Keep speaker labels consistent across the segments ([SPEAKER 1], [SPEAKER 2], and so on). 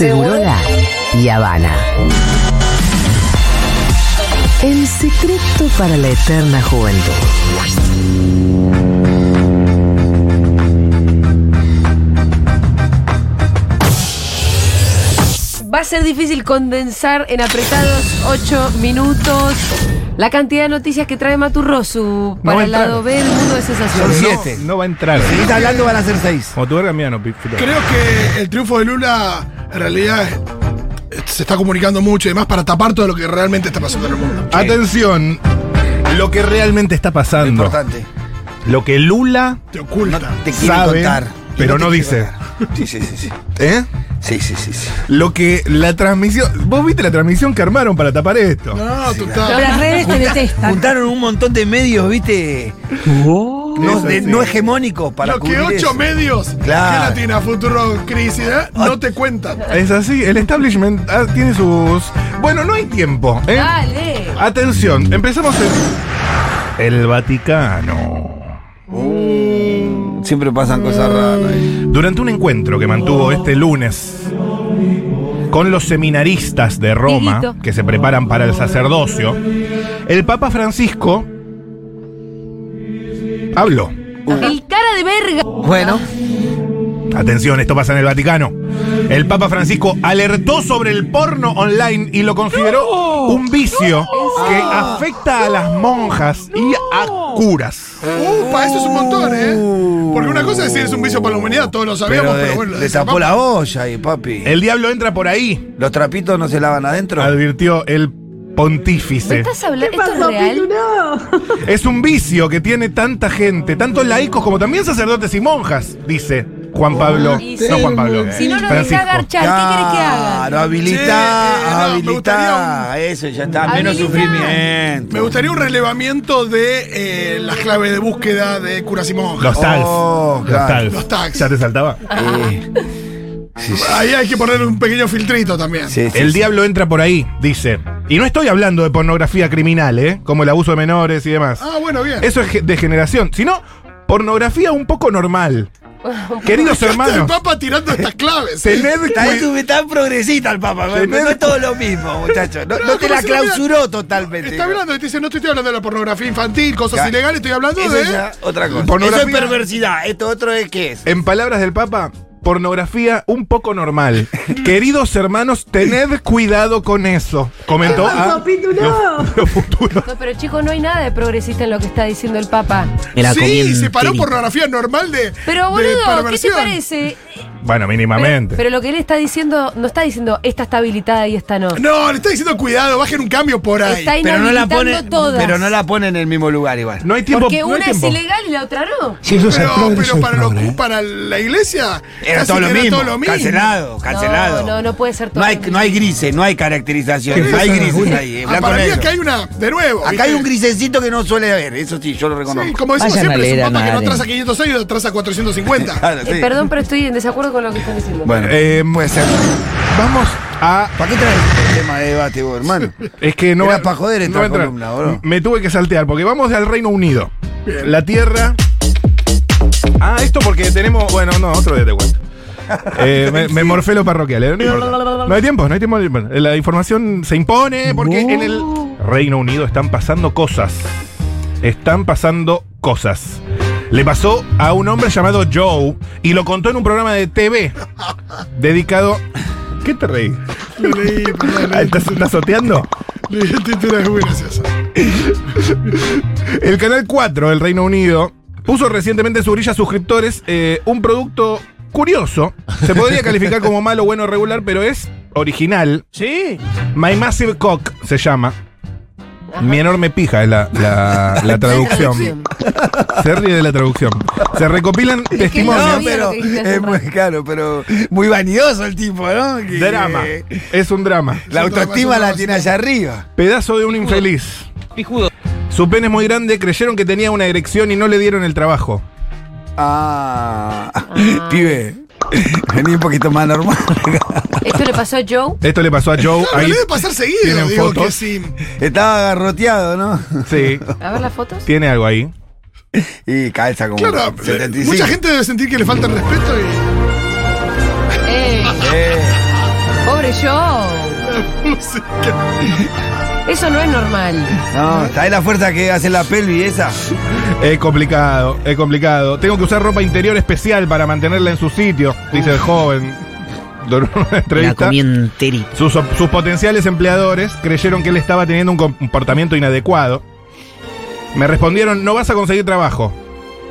[SPEAKER 1] Segurola y Habana. El secreto para la eterna juventud.
[SPEAKER 2] Va a ser difícil condensar en apretados 8 minutos la cantidad de noticias que trae Maturrosu para
[SPEAKER 3] va a
[SPEAKER 2] el
[SPEAKER 3] entrar.
[SPEAKER 2] lado B del mundo de sensaciones.
[SPEAKER 3] No,
[SPEAKER 4] Siete.
[SPEAKER 3] No, va a entrar.
[SPEAKER 4] Si está hablando van a ser seis.
[SPEAKER 3] Como tu verga mía, no, Pifito.
[SPEAKER 5] Creo que el triunfo de Lula en realidad eh, se está comunicando mucho y demás para tapar todo lo que realmente está pasando en el mundo.
[SPEAKER 3] Atención, lo que realmente está
[SPEAKER 4] Lo
[SPEAKER 3] pasando.
[SPEAKER 4] importante.
[SPEAKER 3] Lo que Lula
[SPEAKER 5] Te
[SPEAKER 4] No
[SPEAKER 5] oculta.
[SPEAKER 4] te quieren
[SPEAKER 3] sabe,
[SPEAKER 4] contar.
[SPEAKER 3] pero
[SPEAKER 4] te
[SPEAKER 3] no
[SPEAKER 4] quieren
[SPEAKER 3] dice.
[SPEAKER 4] contar. Sí, sí, sí, sí.
[SPEAKER 3] ¿Eh?
[SPEAKER 4] Sí, sí, sí, sí.
[SPEAKER 3] Lo que la transmisión. ¿Vos viste la transmisión que armaron para tapar esto?
[SPEAKER 5] No,
[SPEAKER 2] Pero
[SPEAKER 5] total.
[SPEAKER 2] las redes te detestan.
[SPEAKER 4] Juntaron un montón de medios, ¿viste? No,
[SPEAKER 3] Eso
[SPEAKER 4] de-
[SPEAKER 3] sí.
[SPEAKER 4] no hegemónicos para
[SPEAKER 5] Lo que
[SPEAKER 4] cubrir
[SPEAKER 5] ocho
[SPEAKER 4] eso.
[SPEAKER 5] medios
[SPEAKER 4] Claro.
[SPEAKER 5] Latina, Futuro, Crisis, ¿eh? no te cuentan.
[SPEAKER 3] Es así, el establishment ah, tiene sus. Bueno, no hay tiempo, ¿eh?
[SPEAKER 2] Dale.
[SPEAKER 3] Atención, empezamos en. El Vaticano.
[SPEAKER 4] Siempre pasan cosas raras. ¿eh? ahí.
[SPEAKER 3] Durante un encuentro que mantuvo este lunes con los seminaristas de Roma
[SPEAKER 2] Dieguito.
[SPEAKER 3] que se preparan para el sacerdocio, el Papa Francisco habló.
[SPEAKER 2] El cara de verga.
[SPEAKER 4] Bueno,
[SPEAKER 3] Atención, esto pasa en el Vaticano. El Papa Francisco alertó sobre el porno online y lo consideró un vicio que afecta a las monjas y a curas.
[SPEAKER 5] Upa, eso es un montón, ¿eh? Porque una cosa es decir es un vicio para la humanidad, todos lo
[SPEAKER 4] Uh.
[SPEAKER 5] Eh.
[SPEAKER 4] pero,
[SPEAKER 5] sabíamos, pero,
[SPEAKER 4] de-
[SPEAKER 5] bueno.
[SPEAKER 4] le tapó la olla ahí, papi.
[SPEAKER 3] El diablo entra por ahí,
[SPEAKER 4] ¿Los trapitos no se lavan adentro?
[SPEAKER 3] advirtió el
[SPEAKER 2] ¿Me
[SPEAKER 3] pontífice.
[SPEAKER 2] estás hablando? ¿Esto es real?
[SPEAKER 3] Es un vicio que tiene tanta gente, tanto laicos como también sacerdotes y monjas, dice Juan Pablo.
[SPEAKER 2] Y
[SPEAKER 3] no
[SPEAKER 2] sí.
[SPEAKER 3] Juan Pablo.
[SPEAKER 2] Si no nos
[SPEAKER 3] Francisco.
[SPEAKER 2] deja garchar, ¿qué querés que haga?
[SPEAKER 4] Claro, habilita,
[SPEAKER 5] Che, eh, no, me
[SPEAKER 4] habilita.
[SPEAKER 5] gustaría
[SPEAKER 4] Eso ya está,
[SPEAKER 2] Habilitá.
[SPEAKER 4] menos sufrimiento.
[SPEAKER 5] Me gustaría un relevamiento de eh, las claves de búsqueda de curas y monjas.
[SPEAKER 3] Los tags.
[SPEAKER 4] Oh,
[SPEAKER 3] los
[SPEAKER 4] claro.
[SPEAKER 3] tags.
[SPEAKER 5] Los tags.
[SPEAKER 3] Ya te saltaba.
[SPEAKER 4] Eh, sí, sí,
[SPEAKER 5] Ahí hay que poner un pequeño filtrito también.
[SPEAKER 4] sí, sí,
[SPEAKER 3] El
[SPEAKER 4] sí.
[SPEAKER 3] diablo entra por ahí, dice. Y no estoy hablando de pornografía criminal, ¿eh? Como el abuso de menores y demás.
[SPEAKER 5] Ah, bueno, bien.
[SPEAKER 3] Eso es ge- degeneración. Sino pornografía un poco normal. Queridos
[SPEAKER 5] El
[SPEAKER 3] hermanos,
[SPEAKER 5] Este Papa tirando estas claves. ¿eh?
[SPEAKER 3] tened
[SPEAKER 4] Está,
[SPEAKER 3] cuidado.
[SPEAKER 4] estu- está progresista el Papa,
[SPEAKER 3] Se
[SPEAKER 4] pero no
[SPEAKER 3] me-
[SPEAKER 4] es todo lo mismo, muchachos. No,
[SPEAKER 5] No,
[SPEAKER 4] no te
[SPEAKER 5] ¿cómo
[SPEAKER 4] la
[SPEAKER 5] se lo mira?
[SPEAKER 4] clausuró totalmente.
[SPEAKER 5] Está hablando, y te dice, no te estoy hablando de la pornografía infantil, cosas
[SPEAKER 4] Claro.
[SPEAKER 5] ilegales, estoy hablando
[SPEAKER 4] Eso
[SPEAKER 5] de.
[SPEAKER 4] es ya otra cosa.
[SPEAKER 3] Pornografía.
[SPEAKER 4] Eso es perversidad. Esto otro es qué es.
[SPEAKER 3] En palabras del Papa, pornografía un poco normal. Queridos hermanos, tened cuidado con eso. Comentó ah, a los, los futuros.
[SPEAKER 2] No, pero chicos, no hay nada de progresista en lo que está diciendo el Papa.
[SPEAKER 5] sí, se paró pornografía normal de.
[SPEAKER 2] Pero
[SPEAKER 5] de
[SPEAKER 2] boludo, ¿qué te
[SPEAKER 5] perversión.
[SPEAKER 2] parece?
[SPEAKER 3] Bueno,
[SPEAKER 2] Pero,
[SPEAKER 3] mínimamente.
[SPEAKER 2] pero lo que él está diciendo, no está diciendo esta está habilitada y esta no.
[SPEAKER 5] No, le está diciendo cuidado, bajen un cambio por ahí.
[SPEAKER 2] Está
[SPEAKER 4] Pero no la
[SPEAKER 2] inhabilitando
[SPEAKER 4] pone,
[SPEAKER 2] todas.
[SPEAKER 4] pero no la pone en el mismo lugar igual.
[SPEAKER 3] no hay tiempo.
[SPEAKER 2] Porque
[SPEAKER 3] no hay
[SPEAKER 2] una es
[SPEAKER 3] tiempo.
[SPEAKER 2] ilegal y la otra no.
[SPEAKER 6] Si eso es
[SPEAKER 5] pero,
[SPEAKER 6] progre,
[SPEAKER 5] pero
[SPEAKER 6] soy
[SPEAKER 5] para, lo-
[SPEAKER 6] progre.
[SPEAKER 5] para la iglesia.
[SPEAKER 4] Era
[SPEAKER 5] casi
[SPEAKER 4] todo lo
[SPEAKER 5] que era
[SPEAKER 4] mismo.
[SPEAKER 5] todo lo mismo.
[SPEAKER 4] Cancelado, cancelado.
[SPEAKER 2] No, no, no puede ser todo
[SPEAKER 4] No hay,
[SPEAKER 2] lo mismo.
[SPEAKER 4] no hay grises, no hay caracterización. No hay grises ahí.
[SPEAKER 5] Ah,
[SPEAKER 4] es blanco
[SPEAKER 5] para mí
[SPEAKER 4] negro.
[SPEAKER 5] acá hay una, de nuevo.
[SPEAKER 4] Acá
[SPEAKER 5] ¿viste?
[SPEAKER 4] hay un grisecito que no suele haber. Eso sí, yo lo
[SPEAKER 5] Sí,
[SPEAKER 4] reconozco.
[SPEAKER 5] como decimos
[SPEAKER 6] Vayan a
[SPEAKER 5] siempre,
[SPEAKER 6] leer
[SPEAKER 5] es
[SPEAKER 6] a
[SPEAKER 5] un papa que no
[SPEAKER 6] Madden.
[SPEAKER 5] traza 500 años, traza 450.
[SPEAKER 4] Claro,
[SPEAKER 2] Eh,
[SPEAKER 4] sí.
[SPEAKER 2] perdón, pero estoy en desacuerdo con lo que están diciendo.
[SPEAKER 4] Bueno,
[SPEAKER 3] Eh,
[SPEAKER 4] puede ser.
[SPEAKER 3] Vamos a.
[SPEAKER 4] ¿Para qué traes el tema de debate vos, hermano?
[SPEAKER 3] Es que no
[SPEAKER 4] Era
[SPEAKER 3] va-
[SPEAKER 4] pa' joder esta
[SPEAKER 3] no va a entrar.
[SPEAKER 4] columna, bro.
[SPEAKER 3] Me tuve que saltear porque vamos al Reino Unido. La tierra. Ah, esto porque tenemos. Bueno, no, otro día te cuento. Eh, me, me morfé lo parroquial. eh, no importa. No hay tiempo, no hay tiempo. Bueno, La información se impone porque en el Reino Unido están pasando cosas. Están pasando cosas. Le pasó a un hombre llamado Joe y lo contó en un programa de TV dedicado. ¿Qué te reí?
[SPEAKER 5] Lo leí, perdón,
[SPEAKER 3] Ah, ¿Estás, estás soteando?
[SPEAKER 5] leí el título, es muy gracioso.
[SPEAKER 3] El canal 4 del Reino Unido puso recientemente en su grilla suscriptores eh, un producto curioso. Se podría calificar como malo, bueno, regular, pero es original.
[SPEAKER 4] Sí.
[SPEAKER 3] My Massive Cock se llama. Mi enorme pija es la, la- la traducción. Se ríe de la traducción. Se recopilan
[SPEAKER 4] No,
[SPEAKER 2] sabía
[SPEAKER 3] testimonios.
[SPEAKER 4] pero
[SPEAKER 2] lo que dijiste hace
[SPEAKER 4] es
[SPEAKER 2] un
[SPEAKER 4] muy
[SPEAKER 2] rato.
[SPEAKER 4] claro, pero muy vanidoso el tipo, ¿no? Que-
[SPEAKER 3] Drama. Es un drama.
[SPEAKER 4] La autoestima la tiene allá arriba.
[SPEAKER 3] Pedazo de un infeliz. Su pene es muy grande, creyeron que tenía una erección y no le dieron el trabajo.
[SPEAKER 4] Ah, pibe. Vení un poquito más normal.
[SPEAKER 2] Esto le pasó a Joe.
[SPEAKER 3] Esto le pasó a Joe.
[SPEAKER 5] Claro,
[SPEAKER 3] Ahí
[SPEAKER 5] debe pasar seguido,
[SPEAKER 3] tienen
[SPEAKER 5] digo
[SPEAKER 3] fotos.
[SPEAKER 5] que sí.
[SPEAKER 4] Estaba garroteado, ¿no?
[SPEAKER 3] Sí,
[SPEAKER 2] A ver las fotos.
[SPEAKER 3] tiene algo ahí.
[SPEAKER 4] Y calza como
[SPEAKER 5] Claro,
[SPEAKER 4] 75.
[SPEAKER 5] mucha gente debe sentir que le falta el respeto y.
[SPEAKER 2] Eh,
[SPEAKER 4] Eh,
[SPEAKER 2] Pobre Joe.
[SPEAKER 5] No sé qué.
[SPEAKER 2] Eso no es normal.
[SPEAKER 4] No, está ahí la fuerza que hace la pelvis esa.
[SPEAKER 3] Es complicado, es complicado. Tengo que usar ropa interior especial para mantenerla en su sitio, dice el joven. Durante una
[SPEAKER 6] La
[SPEAKER 3] entrevista.
[SPEAKER 6] comí enterita.
[SPEAKER 3] Sus, sus potenciales empleadores creyeron que él estaba teniendo un comportamiento inadecuado. Me respondieron, no vas a conseguir trabajo.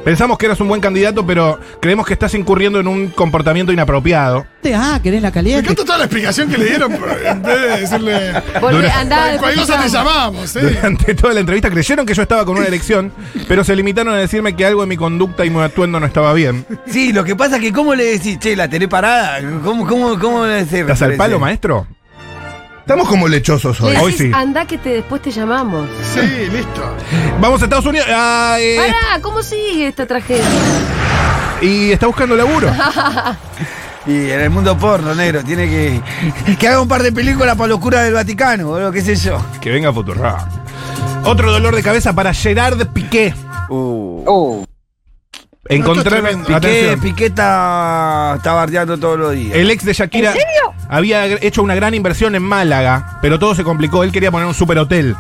[SPEAKER 3] Pensamos que eras un buen candidato, pero creemos que estás incurriendo en un comportamiento inapropiado.
[SPEAKER 6] Ah, querés la
[SPEAKER 5] Me
[SPEAKER 6] caliente.
[SPEAKER 5] encanta toda la explicación que le dieron pero en vez de decirle.
[SPEAKER 2] Volvé,
[SPEAKER 3] Dura-
[SPEAKER 2] andá, después
[SPEAKER 5] Cualquier cosa te
[SPEAKER 2] pasamos.
[SPEAKER 5] llamábamos, ¿eh?
[SPEAKER 3] Durante toda la entrevista creyeron que yo estaba con una erección, pero se limitaron a decirme que algo en mi conducta y mi atuendo no estaba bien.
[SPEAKER 4] Sí, lo que pasa es que ¿cómo le decís, che, la tenés parada? ¿Cómo, cómo, cómo le decís?
[SPEAKER 3] ¿Estás al palo, maestro?
[SPEAKER 5] Estamos como lechosos
[SPEAKER 2] Le
[SPEAKER 3] Hoy
[SPEAKER 2] decís,
[SPEAKER 3] sí.
[SPEAKER 2] andá que te, después te llamamos.
[SPEAKER 5] Sí, listo.
[SPEAKER 3] Vamos a Estados Unidos ah, eh,
[SPEAKER 2] Pará, ¿cómo sigue esta tragedia?
[SPEAKER 3] y está buscando laburo.
[SPEAKER 4] Y en el mundo porno, negro, tiene que. Que haga un par de películas para los curas del Vaticano, boludo, qué sé yo.
[SPEAKER 3] Que venga Futurra. Otro dolor de cabeza para Gerard Piqué.
[SPEAKER 4] Uh.
[SPEAKER 3] Encontrar
[SPEAKER 5] Esto es tremendo.
[SPEAKER 4] Piqué,
[SPEAKER 3] atención.
[SPEAKER 4] Piqué está, está bardeando todos los días.
[SPEAKER 3] El ex de Shakira había hecho una gran inversión en Málaga, pero todo se complicó. Él quería poner un superhotel.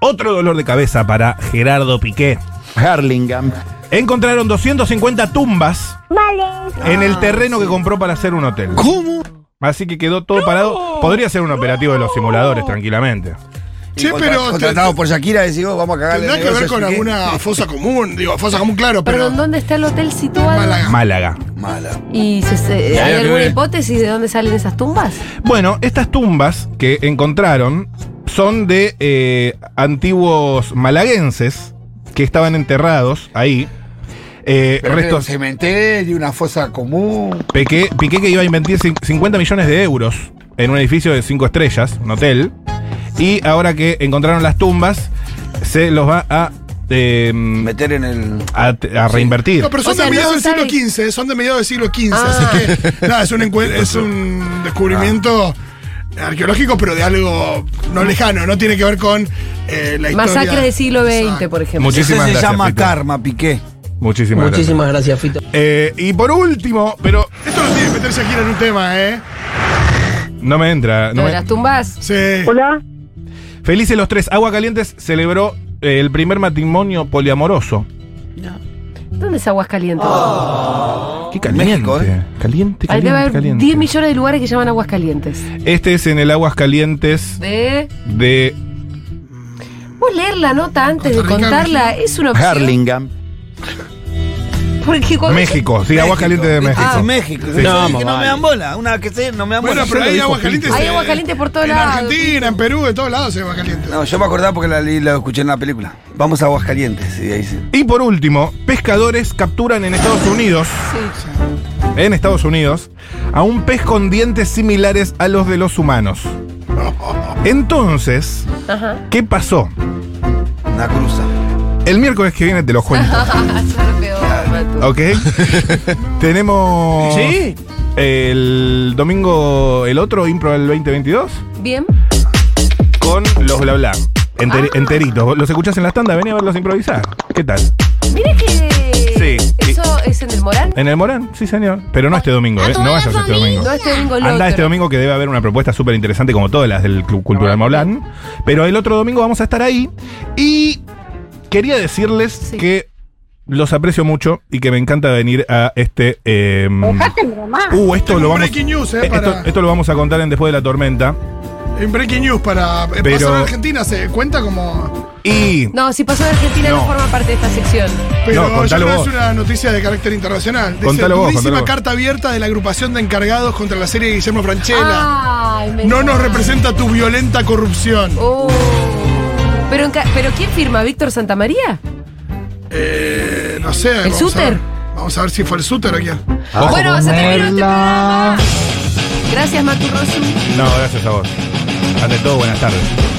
[SPEAKER 3] Otro dolor de cabeza para Gerardo Piqué.
[SPEAKER 7] Harlingham.
[SPEAKER 3] Encontraron 250 tumbas en el terreno que compró para hacer un hotel.
[SPEAKER 4] ¿Cómo?
[SPEAKER 3] Así que quedó todo parado. Podría ser un operativo de los simuladores, tranquilamente.
[SPEAKER 5] Che, pero.
[SPEAKER 4] Contratado por Shakira, decís vos, vamos a cagarle.
[SPEAKER 5] Tendrá que
[SPEAKER 4] negocio
[SPEAKER 5] ver
[SPEAKER 4] a
[SPEAKER 5] con
[SPEAKER 4] Piqué.
[SPEAKER 5] alguna fosa común. Digo, fosa común, claro, pero.
[SPEAKER 2] Perdón, ¿dónde está el hotel situado?
[SPEAKER 5] Málaga.
[SPEAKER 3] Málaga.
[SPEAKER 4] Mala.
[SPEAKER 2] ¿Y se- se-
[SPEAKER 4] Ya,
[SPEAKER 2] hay
[SPEAKER 4] ya,
[SPEAKER 2] alguna
[SPEAKER 4] que-
[SPEAKER 2] hipótesis de dónde salen esas tumbas?
[SPEAKER 3] Bueno, estas tumbas que encontraron son de eh, antiguos malaguenses que estaban enterrados ahí. Eh,
[SPEAKER 7] Pero era un
[SPEAKER 3] restos.
[SPEAKER 7] cementerio, una fosa común.
[SPEAKER 3] Piqué, Piqué que iba a invertir cin- 50 millones de euros en un edificio de 5 estrellas, un hotel. Y ahora que encontraron las tumbas, se los va a, eh,
[SPEAKER 4] Meter en el.
[SPEAKER 3] a, a reinvertir.
[SPEAKER 5] No, pero son
[SPEAKER 2] O sea,
[SPEAKER 5] de
[SPEAKER 2] no
[SPEAKER 5] mediados
[SPEAKER 2] se
[SPEAKER 5] del siglo
[SPEAKER 2] sabe-
[SPEAKER 5] XV, eh, son de mediados del siglo XV.
[SPEAKER 2] Ah.
[SPEAKER 5] Así que, nada, es un, encuen- es un descubrimiento arqueológico, pero de algo no lejano. No tiene que ver con eh, la historia.
[SPEAKER 2] Masacres del siglo XX,
[SPEAKER 5] Exacto.
[SPEAKER 2] por ejemplo.
[SPEAKER 3] Muchísimas
[SPEAKER 4] Eso se
[SPEAKER 3] gracias,
[SPEAKER 4] llama
[SPEAKER 3] Fito.
[SPEAKER 4] karma, Piqué.
[SPEAKER 3] Muchísimas, gracias.
[SPEAKER 8] Muchísimas gracias, Fito.
[SPEAKER 3] Eh, y por último, pero
[SPEAKER 5] Esto no tiene que meterse aquí en un tema, ¿eh?
[SPEAKER 3] no me entra.
[SPEAKER 2] Lo
[SPEAKER 3] No
[SPEAKER 2] de
[SPEAKER 3] me-
[SPEAKER 2] las tumbas.
[SPEAKER 5] Sí.
[SPEAKER 3] Felices los tres. Agua Calientes celebró eh, el primer matrimonio poliamoroso.
[SPEAKER 2] ¿Dónde es Aguascalientes?
[SPEAKER 3] Qué
[SPEAKER 4] México, ¿eh?
[SPEAKER 3] Caliente,
[SPEAKER 2] Ahí debe
[SPEAKER 3] caliente,
[SPEAKER 2] haber
[SPEAKER 3] caliente.
[SPEAKER 2] 10 millones de lugares que llaman Aguascalientes.
[SPEAKER 3] Este es en el Aguas Calientes
[SPEAKER 2] De.
[SPEAKER 3] de
[SPEAKER 2] Vos leer la nota antes de
[SPEAKER 5] Costa Rica,
[SPEAKER 2] contarla es una opción.
[SPEAKER 7] Harlingham.
[SPEAKER 2] Porque cuando-
[SPEAKER 3] México. Sí, Aguas Calientes de México.
[SPEAKER 4] Ah, México.
[SPEAKER 3] Sí.
[SPEAKER 4] No,
[SPEAKER 7] No,
[SPEAKER 4] que no
[SPEAKER 7] mamá.
[SPEAKER 4] me dan bola. Una que sé, no me dan bola.
[SPEAKER 5] Bueno, pero
[SPEAKER 4] Yo lo
[SPEAKER 5] hay
[SPEAKER 4] digo,
[SPEAKER 5] agua caliente.
[SPEAKER 3] eh,
[SPEAKER 2] Hay agua caliente por todos
[SPEAKER 5] en
[SPEAKER 2] lados.
[SPEAKER 5] Argentina, en Perú, de todos lados hay agua caliente.
[SPEAKER 4] No, yo me acordaba porque la, leí- la escuché en la película. Vamos a Aguascalientes. Y ahí se...
[SPEAKER 3] Y por último, pescadores capturan en Estados Unidos, en Estados Unidos, a un pez con dientes similares a los de los humanos. Entonces,
[SPEAKER 2] Ajá.
[SPEAKER 3] ¿qué pasó?
[SPEAKER 4] Una cruza.
[SPEAKER 3] El miércoles que viene te lo cuento,
[SPEAKER 2] Son lo peor, Matu.
[SPEAKER 3] ¿ok? Tenemos el domingo, el otro impro del 2022
[SPEAKER 2] Bien.
[SPEAKER 3] con los bla bla. Enter-
[SPEAKER 2] Ah.
[SPEAKER 3] Enteritos. ¿Vos ¿Los escuchás en las tandas? Vení a verlos improvisar. ¿Qué tal?
[SPEAKER 2] Mira que.
[SPEAKER 3] Sí. Eh.
[SPEAKER 2] Eso es en el Morán.
[SPEAKER 3] En el Morán, sí señor. Pero no este domingo, ¿eh? No vayas este
[SPEAKER 2] Ah,
[SPEAKER 3] domingo.
[SPEAKER 2] No este domingo el
[SPEAKER 3] Anda
[SPEAKER 2] otro.
[SPEAKER 3] este domingo que debe haber una propuesta súper interesante como todas las del Club Cultural
[SPEAKER 5] Ah,
[SPEAKER 3] Maulán. Pero el otro domingo vamos a estar ahí. Y quería decirles
[SPEAKER 2] Sí.
[SPEAKER 3] que los aprecio mucho y que me encanta venir a este... eh, uh, esto
[SPEAKER 5] Tengo
[SPEAKER 3] lo
[SPEAKER 5] un
[SPEAKER 3] vamos...
[SPEAKER 5] breaking news, ¿eh?
[SPEAKER 3] eh,
[SPEAKER 5] Para,
[SPEAKER 3] Esto, esto lo vamos a contar en Después de la Tormenta.
[SPEAKER 5] En breaking news para. eh,
[SPEAKER 3] Pero-
[SPEAKER 5] pasó en Argentina, se cuenta como.
[SPEAKER 3] Y...
[SPEAKER 2] No, si pasó de Argentina no.
[SPEAKER 3] No.
[SPEAKER 2] forma parte de esta sección.
[SPEAKER 5] Pero
[SPEAKER 3] No,
[SPEAKER 5] ya
[SPEAKER 3] contalo
[SPEAKER 5] no
[SPEAKER 3] vos.
[SPEAKER 5] es una noticia de carácter internacional. Dice
[SPEAKER 3] Contalo vos,
[SPEAKER 5] durísima
[SPEAKER 3] contalo vos.
[SPEAKER 5] carta abierta de la agrupación de encargados contra la serie de Guillermo Franchella.
[SPEAKER 2] Ay, Ah, me
[SPEAKER 5] no nos
[SPEAKER 2] encanta.
[SPEAKER 5] representa tu violenta corrupción.
[SPEAKER 2] Oh. Pero, en ca- ¿Pero quién firma? ¿Víctor Santamaría?
[SPEAKER 5] Eh, no sé. vamos a
[SPEAKER 2] Suter?
[SPEAKER 5] ver. Vamos a ver si fue el Suter o quién.
[SPEAKER 2] bueno, se terminó este programa. Gracias, Matu Rosu.
[SPEAKER 3] No, gracias a vos. Ante todo, buenas tardes.